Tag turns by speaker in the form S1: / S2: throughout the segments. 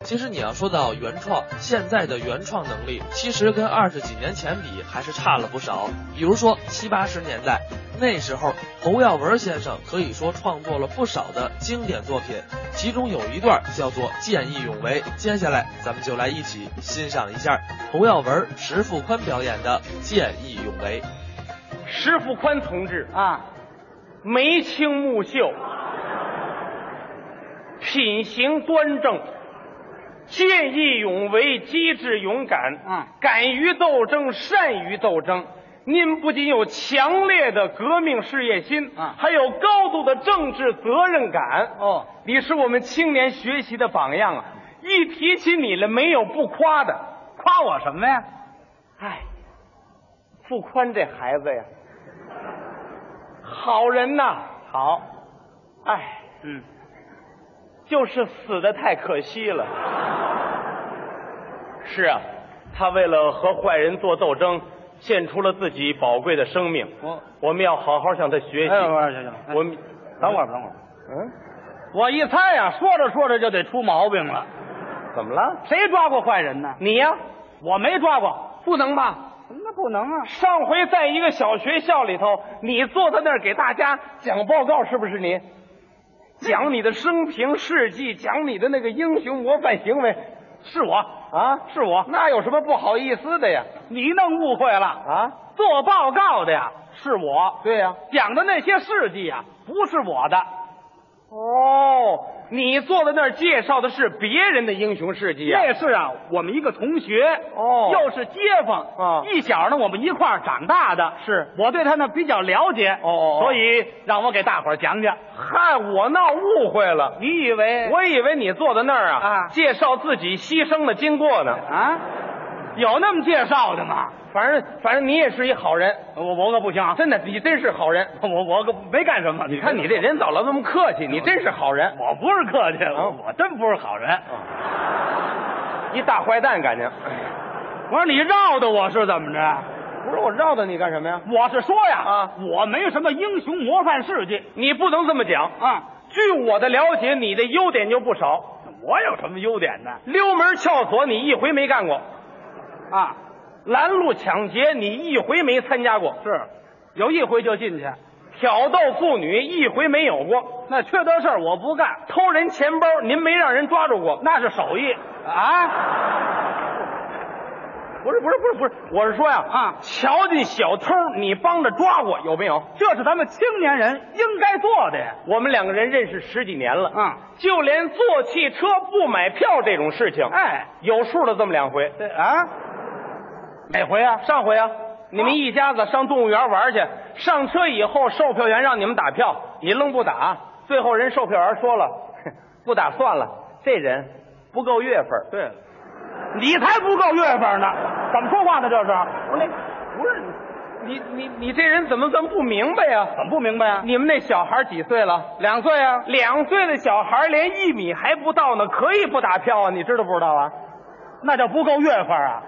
S1: 其实你要说到原创，现在的原创能力其实跟二十几年前比还是差了不少。比如说七八十年代，那时候侯耀文先生可以说创作了不少的经典作品，其中有一段叫做《见义勇为》。接下来咱们就来一起欣赏一下侯耀文、石富宽表演的《见义勇为》。
S2: 石富宽同志
S3: 啊，
S2: 眉清目秀，品行端正，见义勇为，机智勇敢，
S3: 嗯
S2: 敢于斗争，善于斗争。您不仅有强烈的革命事业心，
S3: 啊
S2: 还有高度的政治责任感。
S3: 哦，
S2: 你是我们青年学习的榜样啊！一提起你来，没有不夸的。
S3: 夸我什么呀？
S2: 哎，傅宽这孩子呀，好人呐，好。哎，
S3: 嗯，
S2: 就是死的太可惜 了。是啊，他为了和坏人做斗争，献出了自己宝贵的生命。
S3: 我
S2: 我们要好好向他学习。
S3: 哎，我行行，哎
S2: 我们
S3: 等会儿，等会儿。
S2: 嗯，
S3: 我一猜呀、说着说着就得出毛病了。
S2: 怎么了？
S3: 谁抓过坏人呢？
S2: 你呀、
S3: 我没抓过，
S2: 不能吧？
S3: 那不能啊！
S2: 上回在一个小学校里头，你坐在那儿给大家讲报告，是不是你？讲你的生平事迹，讲你的那个英雄模范行为，
S3: 是我，
S2: 啊，
S3: 是我，
S2: 那有什么不好意思的呀？
S3: 你弄误会了。
S2: 啊，
S3: 做报告的呀，是我。
S2: 对呀、
S3: 讲的那些事迹呀，不是我的。
S2: 哦，你坐在那儿介绍的是别人的英雄事迹啊。
S3: 那是啊，我们一个同学，
S2: 哦
S3: 又是街坊，
S2: 啊
S3: 一小呢我们一块儿长大的，
S2: 是
S3: 我对他呢比较了解，
S2: 哦哦哦
S3: 所以让我给大伙儿讲讲。
S2: 嗨，我闹误会了，
S3: 你以为
S2: 我以为你坐在那儿啊，
S3: 啊
S2: 介绍自己牺牲的经过呢。
S3: 啊，有那么介绍的吗？
S2: 反正反正你也是一好人，
S3: 我我可不行啊，
S2: 真的，你真是好人。
S3: 我我可没干什么。
S2: 你看你这，人怎么老那么客气？你真是好人，
S3: 我不是客气，
S2: 啊
S3: 我我真不是好人。
S2: 一大坏蛋，感觉。
S3: 我说你绕的我是怎么着？
S2: 不是我绕的你干什么呀？
S3: 我是说呀，
S2: 啊
S3: 我没什么英雄模范事迹
S2: 你不能这么讲。
S3: 啊，
S2: 据我的了解，你的优点就不少，
S3: 我有什么优点呢？
S2: 溜门撬锁你一回没干过，
S3: 啊，
S2: 拦路抢劫你一回没参加过，
S3: 是，有一回就进去，
S2: 挑逗妇女一回没有过，
S3: 那缺德事儿我不干，
S2: 偷人钱包您没让人抓住过。
S3: 那是手艺啊。
S2: 不是不是不是不是，我是说呀
S3: 啊
S2: 瞧见小偷你帮着抓过有没有？
S3: 这是咱们青年人应该做的呀。
S2: 我们两个人认识十几年了，
S3: 啊，
S2: 就连坐汽车不买票这种事情，
S3: 哎，
S2: 有数了这么两回。
S3: 这啊，哪回啊？
S2: 上回啊，你们一家子上动物园玩去，上车以后，售票员让你们打票，你愣不打，最后人售票员说了， 哼不打算了，这人不够月份儿。
S3: 对了，你才不够月份呢！怎么说话呢？这是
S2: 不是，不是，你你你这人怎么这么不明白呀、
S3: 怎么不明白啊？
S2: 你们那小孩几岁了？
S3: 两岁啊？
S2: 两岁的小孩连一米还不到呢，可以不打票啊？你知道不知道啊？
S3: 那叫不够月份啊？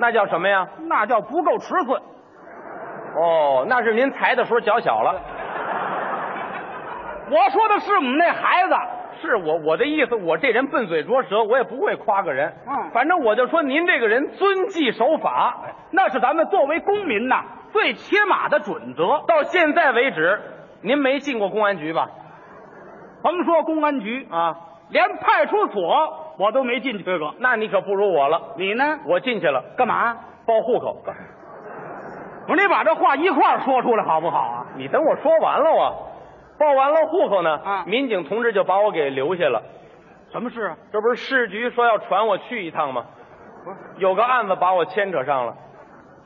S2: 那叫什么呀？
S3: 那叫不够尺寸。
S2: 哦，那是您裁的时候脚小了。
S3: 我说的是我们那孩子，
S2: 是我我的意思，我这人笨嘴拙舌，我也不会夸个人。
S3: 嗯
S2: 反正我就说您这个人遵纪守法，
S3: 那是咱们作为公民呐最起码的准则。
S2: 到现在为止，您没进过公安局吧？
S3: 甭说公安局啊，
S2: 啊，
S3: 连派出所我都没进去过。
S2: 那你可不如我了。
S3: 你呢？
S2: 我进去了，
S3: 干嘛？
S2: 报户口。
S3: 我说你把这话一块儿说出来好不好啊？
S2: 你等我说完了啊，报完了户口呢，
S3: 啊
S2: 民警同志就把我给留下了。
S3: 什么事啊？
S2: 这不是市局说要传我去一趟吗？有个案子把我牵扯上了。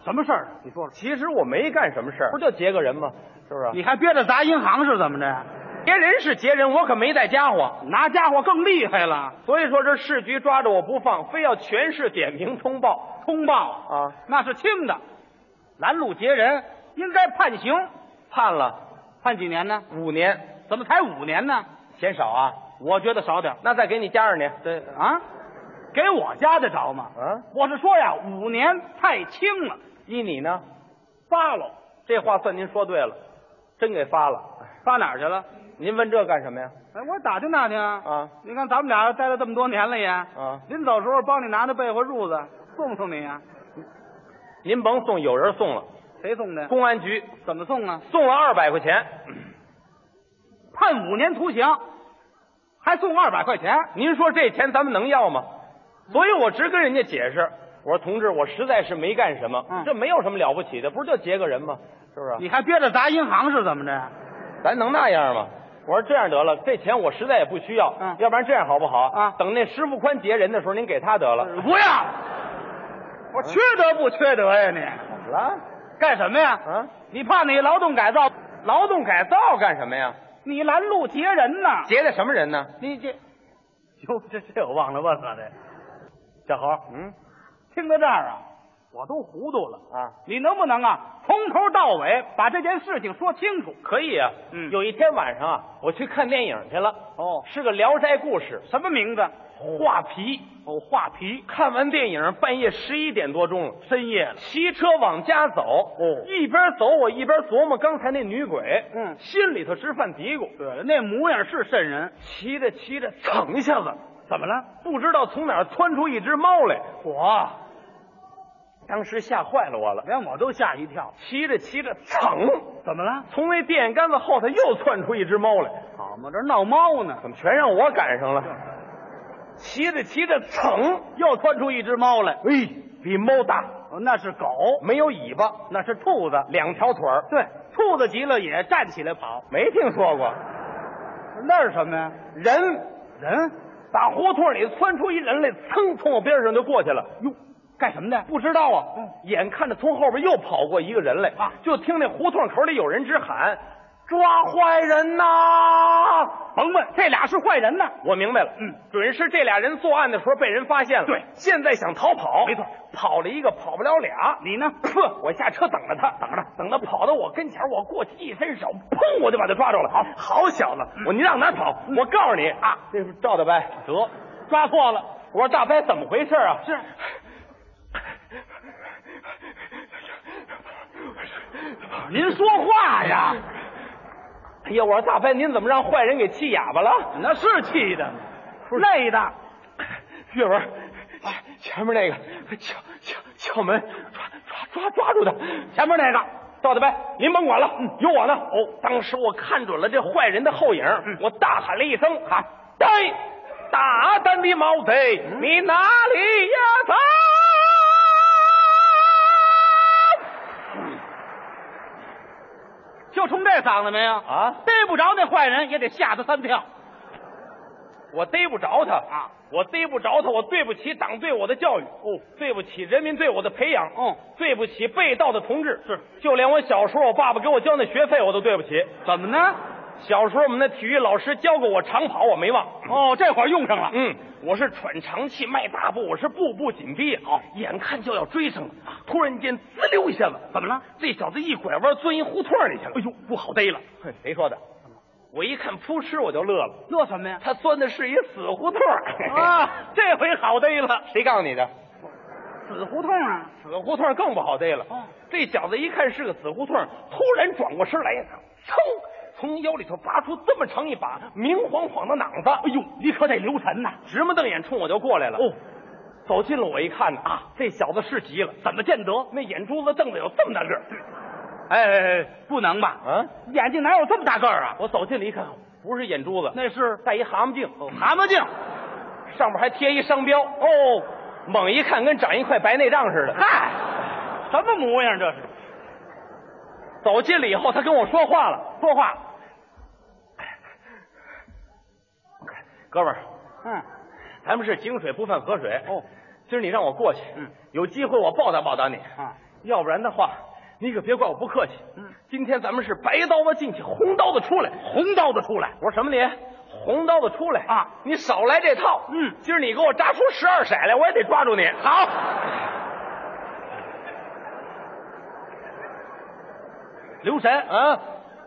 S3: 什么事儿？
S2: 你说，其实我没干什么事儿，不就劫个人吗？是不是？
S3: 你还憋着砸银行是怎么着？
S2: 劫人是劫人，我可没带家伙。
S3: 拿家伙更厉害了，
S2: 所以说这市局抓着我不放，非要全市点名通报
S3: 通报
S2: 啊！
S3: 那是轻的，拦路劫人应该判刑，
S2: 判了
S3: 判几年呢？
S2: 五年，
S3: 怎么才五年呢？
S2: 嫌少啊？
S3: 我觉得少点儿
S2: 那再给你加二年。
S3: 对啊，给我家的着吗？
S2: 啊
S3: 我是说呀，五年太轻了，
S2: 依你呢？
S3: 发了，
S2: 这话算您说对了，真给发了。
S3: 发哪儿去了？
S2: 您问这干什么呀？
S3: 哎，我打听打听
S2: 啊
S3: 你看咱们俩待了这么多年了也，
S2: 啊
S3: 临走时候帮你拿那被窝褥子送送你呀、
S2: 您甭送，有人送了，
S3: 谁送的？
S2: 公安局
S3: 怎么送啊？
S2: 送了二百块钱。
S3: 判五年徒刑，
S2: 啊
S3: 还送二百块钱。
S2: 您说这钱咱们能要吗？所以我直跟人家解释，我说同志，我实在是没干什么，
S3: 嗯
S2: 这没有什么了不起的，不是就劫个人吗？是不是？
S3: 你还憋着砸银行是怎么着？
S2: 咱能那样吗？我说这样得了，这钱我实在也不需要，
S3: 嗯
S2: 要不然这样好不好？
S3: 啊嗯
S2: 等那师傅宽劫人的时候，您给他得了。
S3: 不要！我缺德不缺德呀你？
S2: 怎么了？
S3: 干什么呀？
S2: 啊，
S3: 你怕你劳动改造，
S2: 劳动改造干什么呀？
S3: 你拦路劫人呢？
S2: 劫的什么人呢？
S3: 你这，哟，这这我忘了问了这。小侯，
S2: 嗯
S3: 听到这儿啊，我都糊涂了。
S2: 啊，
S3: 你能不能啊，从头到尾把这件事情说清楚？
S2: 可以啊。
S3: 嗯
S2: 有一天晚上啊，我去看电影去了。
S3: 哦
S2: 是个《聊斋故事
S3: 什么名字？》
S2: 画皮。
S3: 哦，画皮，
S2: 看完电影，半夜十一点多钟了，
S3: 深夜了。
S2: 骑车往家走。哦一边走我一边琢磨刚才那女鬼。
S3: 嗯
S2: 心里头直犯嘀咕。
S3: 对了，那模样是瘆人。
S2: 骑着骑着，蹭一下子，
S3: 怎么了？
S2: 不知道从哪儿窜出一只猫来，
S3: 我
S2: 当时吓坏了我了。
S3: 连我都吓一跳。
S2: 骑着骑着，蹭，
S3: 怎么了？
S2: 从那电线杆子后头又窜出一只猫来。
S3: 好嘛，这闹猫呢。
S2: 怎么全让我赶上了？骑着骑着，噌，
S3: 又窜出一只猫来，
S2: 哎，比猫大，
S3: 哦那是狗，
S2: 没有尾巴，
S3: 那是兔子。
S2: 两条腿儿，
S3: 对，兔子急了也站起来跑。
S2: 没听说过。
S3: 那是什么呀？
S2: 人
S3: 人
S2: 打胡同里窜出一人来，噌，从我边上就过去了。
S3: 哟，干什么的？
S2: 不知道啊，
S3: 嗯
S2: 眼看着从后边又跑过一个人来，
S3: 啊
S2: 就听那胡同口里有人直喊：“抓坏人呐！”
S3: 甭问，这俩是坏人呢。
S2: 我明白了，
S3: 啊嗯，
S2: 准是这俩人作案的时候被人发现了。
S3: 对
S2: 现在想逃跑，
S3: 没错，
S2: 跑了一个，跑不了俩。
S3: 你呢？
S2: 呵， 我下车等着他，等着，等他跑到我跟前儿，我过去一伸手，砰，我就把他抓住了。好，好小子，
S3: 嗯
S2: 我你让哪儿跑？我告诉你啊，这是赵大伯，得抓错了。我说大伯怎么回事啊？
S3: 是，您说话呀！
S2: 哎呀，我说大伯，您怎么让坏人给气哑巴了？
S3: 那是气的，累的。
S2: 月文，哎前面那个敲敲敲门，抓抓抓抓住他，
S3: 前面那个
S2: 赵大伯，您甭管了，有我呢。嗯哦，当时我看准了这坏人的后影，我大喊了一声，喊：“呆，大胆的毛贼，你哪里呀走？”
S3: 就冲这嗓子没有
S2: 啊
S3: 逮不着那坏人也得吓他三跳。
S2: 我逮不着他
S3: 啊！
S2: 我逮不着他，我对不起党对我的教育，哦，对不起人民对我的培养，
S3: 嗯，
S2: 对不起被盗的同志，
S3: 是，
S2: 就连我小时候我爸爸给我交那学费我都对不起。
S3: 怎么呢？
S2: 小时候我们的体育老师教过我长跑，我没忘。
S3: 哦，这会儿用上了。
S2: 嗯，我是喘长气、迈大步，我是步步紧逼。
S3: 啊
S2: 好，眼看就要追上了，突然间滋溜一下子，
S3: 怎么了？
S2: 这小子一拐弯钻一胡同里去了。哎呦，不好逮了！谁说的？我一看，扑哧，我就乐了。
S3: 乐什么呀？
S2: 他钻的是一死胡同
S3: 啊，
S2: 这回好逮了。谁告诉你的？
S3: 死胡同啊！
S2: 死胡同更不好逮了。
S3: 哦
S2: 这小子一看是个死胡同，突然转过身来，噌，从腰里头拔出这么长一把明晃晃的榔子。哎呦，
S3: 你可得留神呐！
S2: 直目瞪眼冲我就过来了。
S3: 哦，
S2: 走近了我一看呢，啊，这小子是急了，怎么见得？那眼珠子瞪得有这么大个儿。
S3: 哎哎哎，不能吧？
S2: 啊！
S3: 眼睛哪有这么大个儿啊？
S2: 我走近了一看，不是哦眼珠子，
S3: 那是
S2: 戴一蛤蟆镜，
S3: 蛤蟆镜。
S2: 上面还贴一商标。哦，猛一看跟长一块白内障似的。
S3: 嗨，什么模样这是？
S2: 走近了以后，他跟我说话了，说话了。哥们儿，
S3: 嗯，
S2: 咱们是井水不犯河水。
S3: 哦，
S2: 今儿你让我过去，
S3: 嗯，
S2: 有机会我报答报答你
S3: 啊。
S2: 要不然的话，你可别怪我不客气。
S3: 嗯，
S2: 今天咱们是白刀子进去，红刀子出来。
S3: 红刀子出来，
S2: 我说什么你？红刀子出来
S3: 啊！
S2: 你少来这套。
S3: 嗯
S2: 今儿你给我扎出十二色来，我也得抓住你。 好，
S3: 留神
S2: 啊，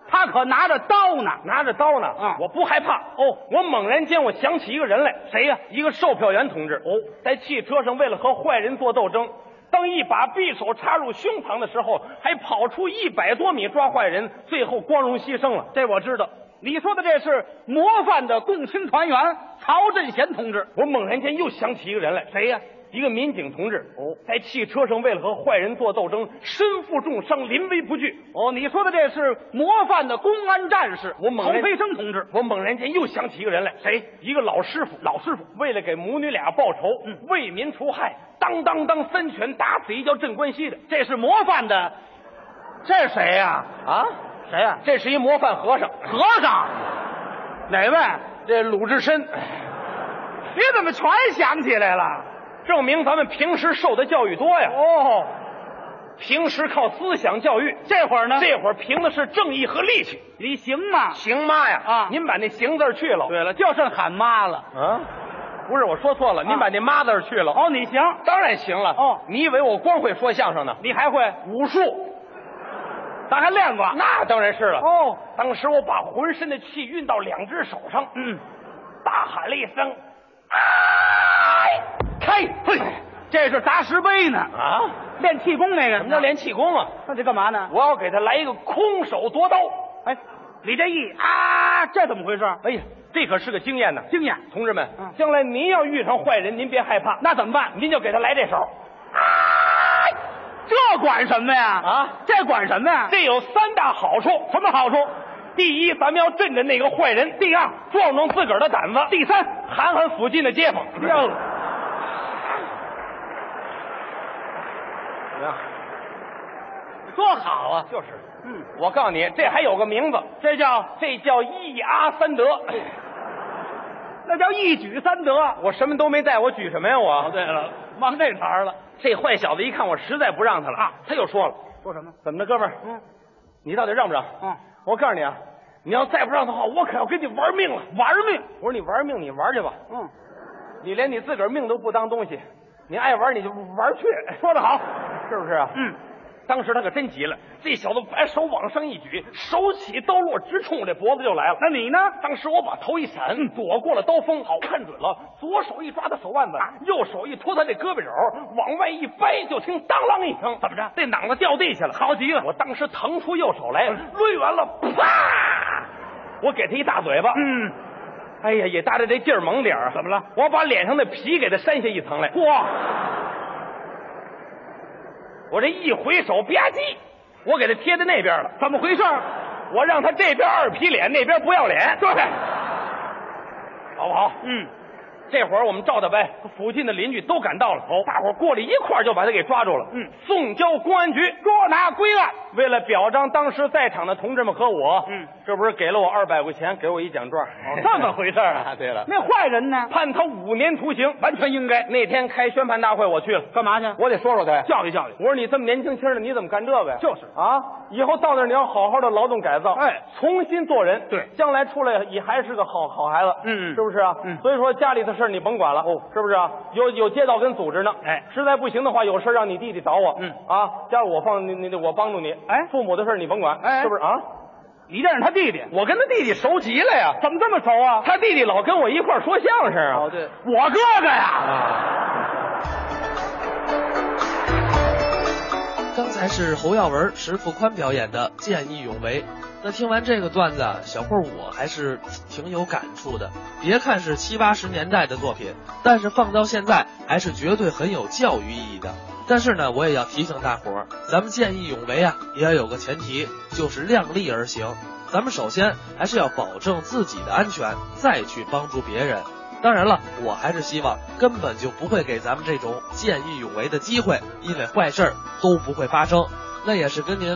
S3: 他可拿着刀呢。
S2: 拿着刀呢，
S3: 啊
S2: 我不害怕哦。我猛然间我想起一个人来，谁呀、一个售票员同志哦，在汽车上为了和坏人做斗争，当一把匕首插入胸膛的时候，还跑出一百多米抓坏人，最后光荣牺牲了。这我知道。
S3: 你说的这是模范的共青团员曹振贤同志。
S2: 我猛然间又想起一个人来，谁呀、一个民警同志哦，在汽车上为了和坏人做斗争，身负重伤，临危不惧。
S3: 哦，你说的这是模范的公安战士
S2: 我猛然
S3: 侯培生同志。
S2: 我猛然间又想起一个人来，谁？一个老师傅。老师傅为了给母女俩报仇，
S3: 嗯
S2: 为民除害，当当当三拳打死一叫镇关西的
S3: 这是模范的，这谁呀、
S2: 啊！
S3: 谁呀、
S2: 这是一模范和尚，
S3: 和尚，哪位？
S2: 这鲁智深，
S3: 你怎么全想起来了？
S2: 证明咱们平时受的教育多呀。
S3: 哦，
S2: 平时靠思想教育，
S3: 这会儿呢？
S2: 这会儿凭的是正义和力气。
S3: 你行吗？
S2: 行妈呀！
S3: 啊
S2: 您把那行字儿去了。
S3: 对了，就剩喊妈了。
S2: 啊，不是我说错了，您把那妈字儿去了。
S3: 哦，你行，
S2: 当然行了。
S3: 哦
S2: 你以为我光会说相声呢？
S3: 你还会
S2: 武术
S3: 咱还练过。
S2: 那当然是了。
S3: 哦，
S2: 当时我把浑身的气运到两只手上，
S3: 嗯，
S2: 大喊了一声：“哎，开！”嘿
S3: 这是砸石碑呢，
S2: 啊，
S3: 练气功那个。
S2: 什么叫？练气功啊？
S3: 那这干嘛呢？
S2: 我要给他来一个空手夺刀。
S3: 哎，你这一啊，这怎么回事？
S2: 哎呀，这可是个经验呐！
S3: 经验。
S2: 同志们，
S3: 嗯
S2: 将来您要遇上坏人，您别害怕，
S3: 那怎么办？
S2: 您就给他来这手。
S3: 这管什么呀？
S2: 啊，
S3: 这管什么呀？
S2: 这有三大好处，什么好处？第一，咱们要镇着那个坏人；第二，壮壮自个儿的胆子；第三，喊喊附近的街坊。
S3: 要
S2: 怎么样？
S3: 多好啊！
S2: 就是，
S3: 嗯，
S2: 我告诉你，这还有个名字，
S3: 这叫
S2: 这叫一阿三德。
S3: 那叫一举三得。哦
S2: 我什么都没带，我举什么呀？我
S3: 对了，忘这茬儿了。
S2: 这坏小子一看我实在不让他了啊，他又说了，
S3: 说什么？
S2: 怎么着，哥们儿，
S3: 嗯
S2: 你到底让不让？
S3: 嗯，
S2: 我告诉你啊，你要再不让的话，我可要跟你玩命了，玩命！我说你玩命，你玩去吧，
S3: 嗯，
S2: 你连你自个儿命都不当东西，你爱玩你就玩去。
S3: 说得好。
S2: 是不是啊？
S3: 嗯，
S2: 当时他可真急了，这小子把手往上一举，手起刀落，直冲我这脖子就来了。
S3: 那你呢？
S2: 当时我把头一闪，躲过了刀锋，好看准了，左手一抓他手腕子，右手一托他这胳膊肘，往外一掰，就听当啷一声，怎么着？这脑子掉地下了，好极了！我当时腾出右手来，抡圆了，啪！我给他一大嘴巴，
S3: 嗯，
S2: 哎呀，也搭着这劲儿猛点儿啊！怎么了？我把脸上的皮给他扇下一层来。哇！我这一回手，吧唧，我给他贴在那边了。
S3: 怎么回事？
S2: 我让他这边二皮脸，那边不要脸。对，好不好？
S3: 嗯，
S2: 这会儿我们赵大伯和附近的邻居都赶到了，哦，大伙儿过来一块儿就把他给抓住了，
S3: 嗯，
S2: 送交公安局，给我拿归案。为了表彰当时在场的同志们和我，
S3: 嗯，
S2: 这不是给了我二百块钱，给我一奖状，哦
S3: 这么回
S2: 事啊？ 对了，
S3: 那坏人呢？
S2: 判他五年徒刑，完全应该。那天开宣判大会我去了，
S3: 干嘛去？
S2: 我得说说他呀。
S3: 教育教育。
S2: 我说你这么年轻轻的，你怎么干这个呀？
S3: 就是
S2: 啊，以后到那儿你要好好的劳动改造，
S3: 哎，
S2: 重新做人，
S3: 对
S2: 将来出来也还是个好好孩子，
S3: 嗯
S2: 是不是啊？
S3: 嗯
S2: 所以说家里的事儿你甭管了，哦，是不是啊？有有街道跟组织呢，
S3: 哎
S2: 实在不行的话，有事儿让你弟弟找我，
S3: 嗯
S2: 啊，要是我放你你我帮助你，
S3: 哎
S2: 父母的事儿你甭管，
S3: 哎
S2: 是不是啊？
S3: 你认识他弟弟？
S2: 我跟他弟弟熟极了呀，
S3: 怎么这么熟啊？哦
S2: 他弟弟老跟我一块儿说相声啊，
S3: 对，我哥哥呀。
S1: 刚才是侯耀文、石富宽表演的《见义勇为》。那听完这个段子，啊，小慧儿我还是挺有感触的。别看是七八十年代的作品，但是放到现在还是绝对很有教育意义的。但是呢，我也要提醒大伙儿，咱们见义勇为啊，也要有个前提，就是量力而行。咱们首先还是要保证自己的安全，再去帮助别人。当然了，我还是希望根本就不会给咱们这种见义勇为的机会，因为坏事儿都不会发生。那也是跟您。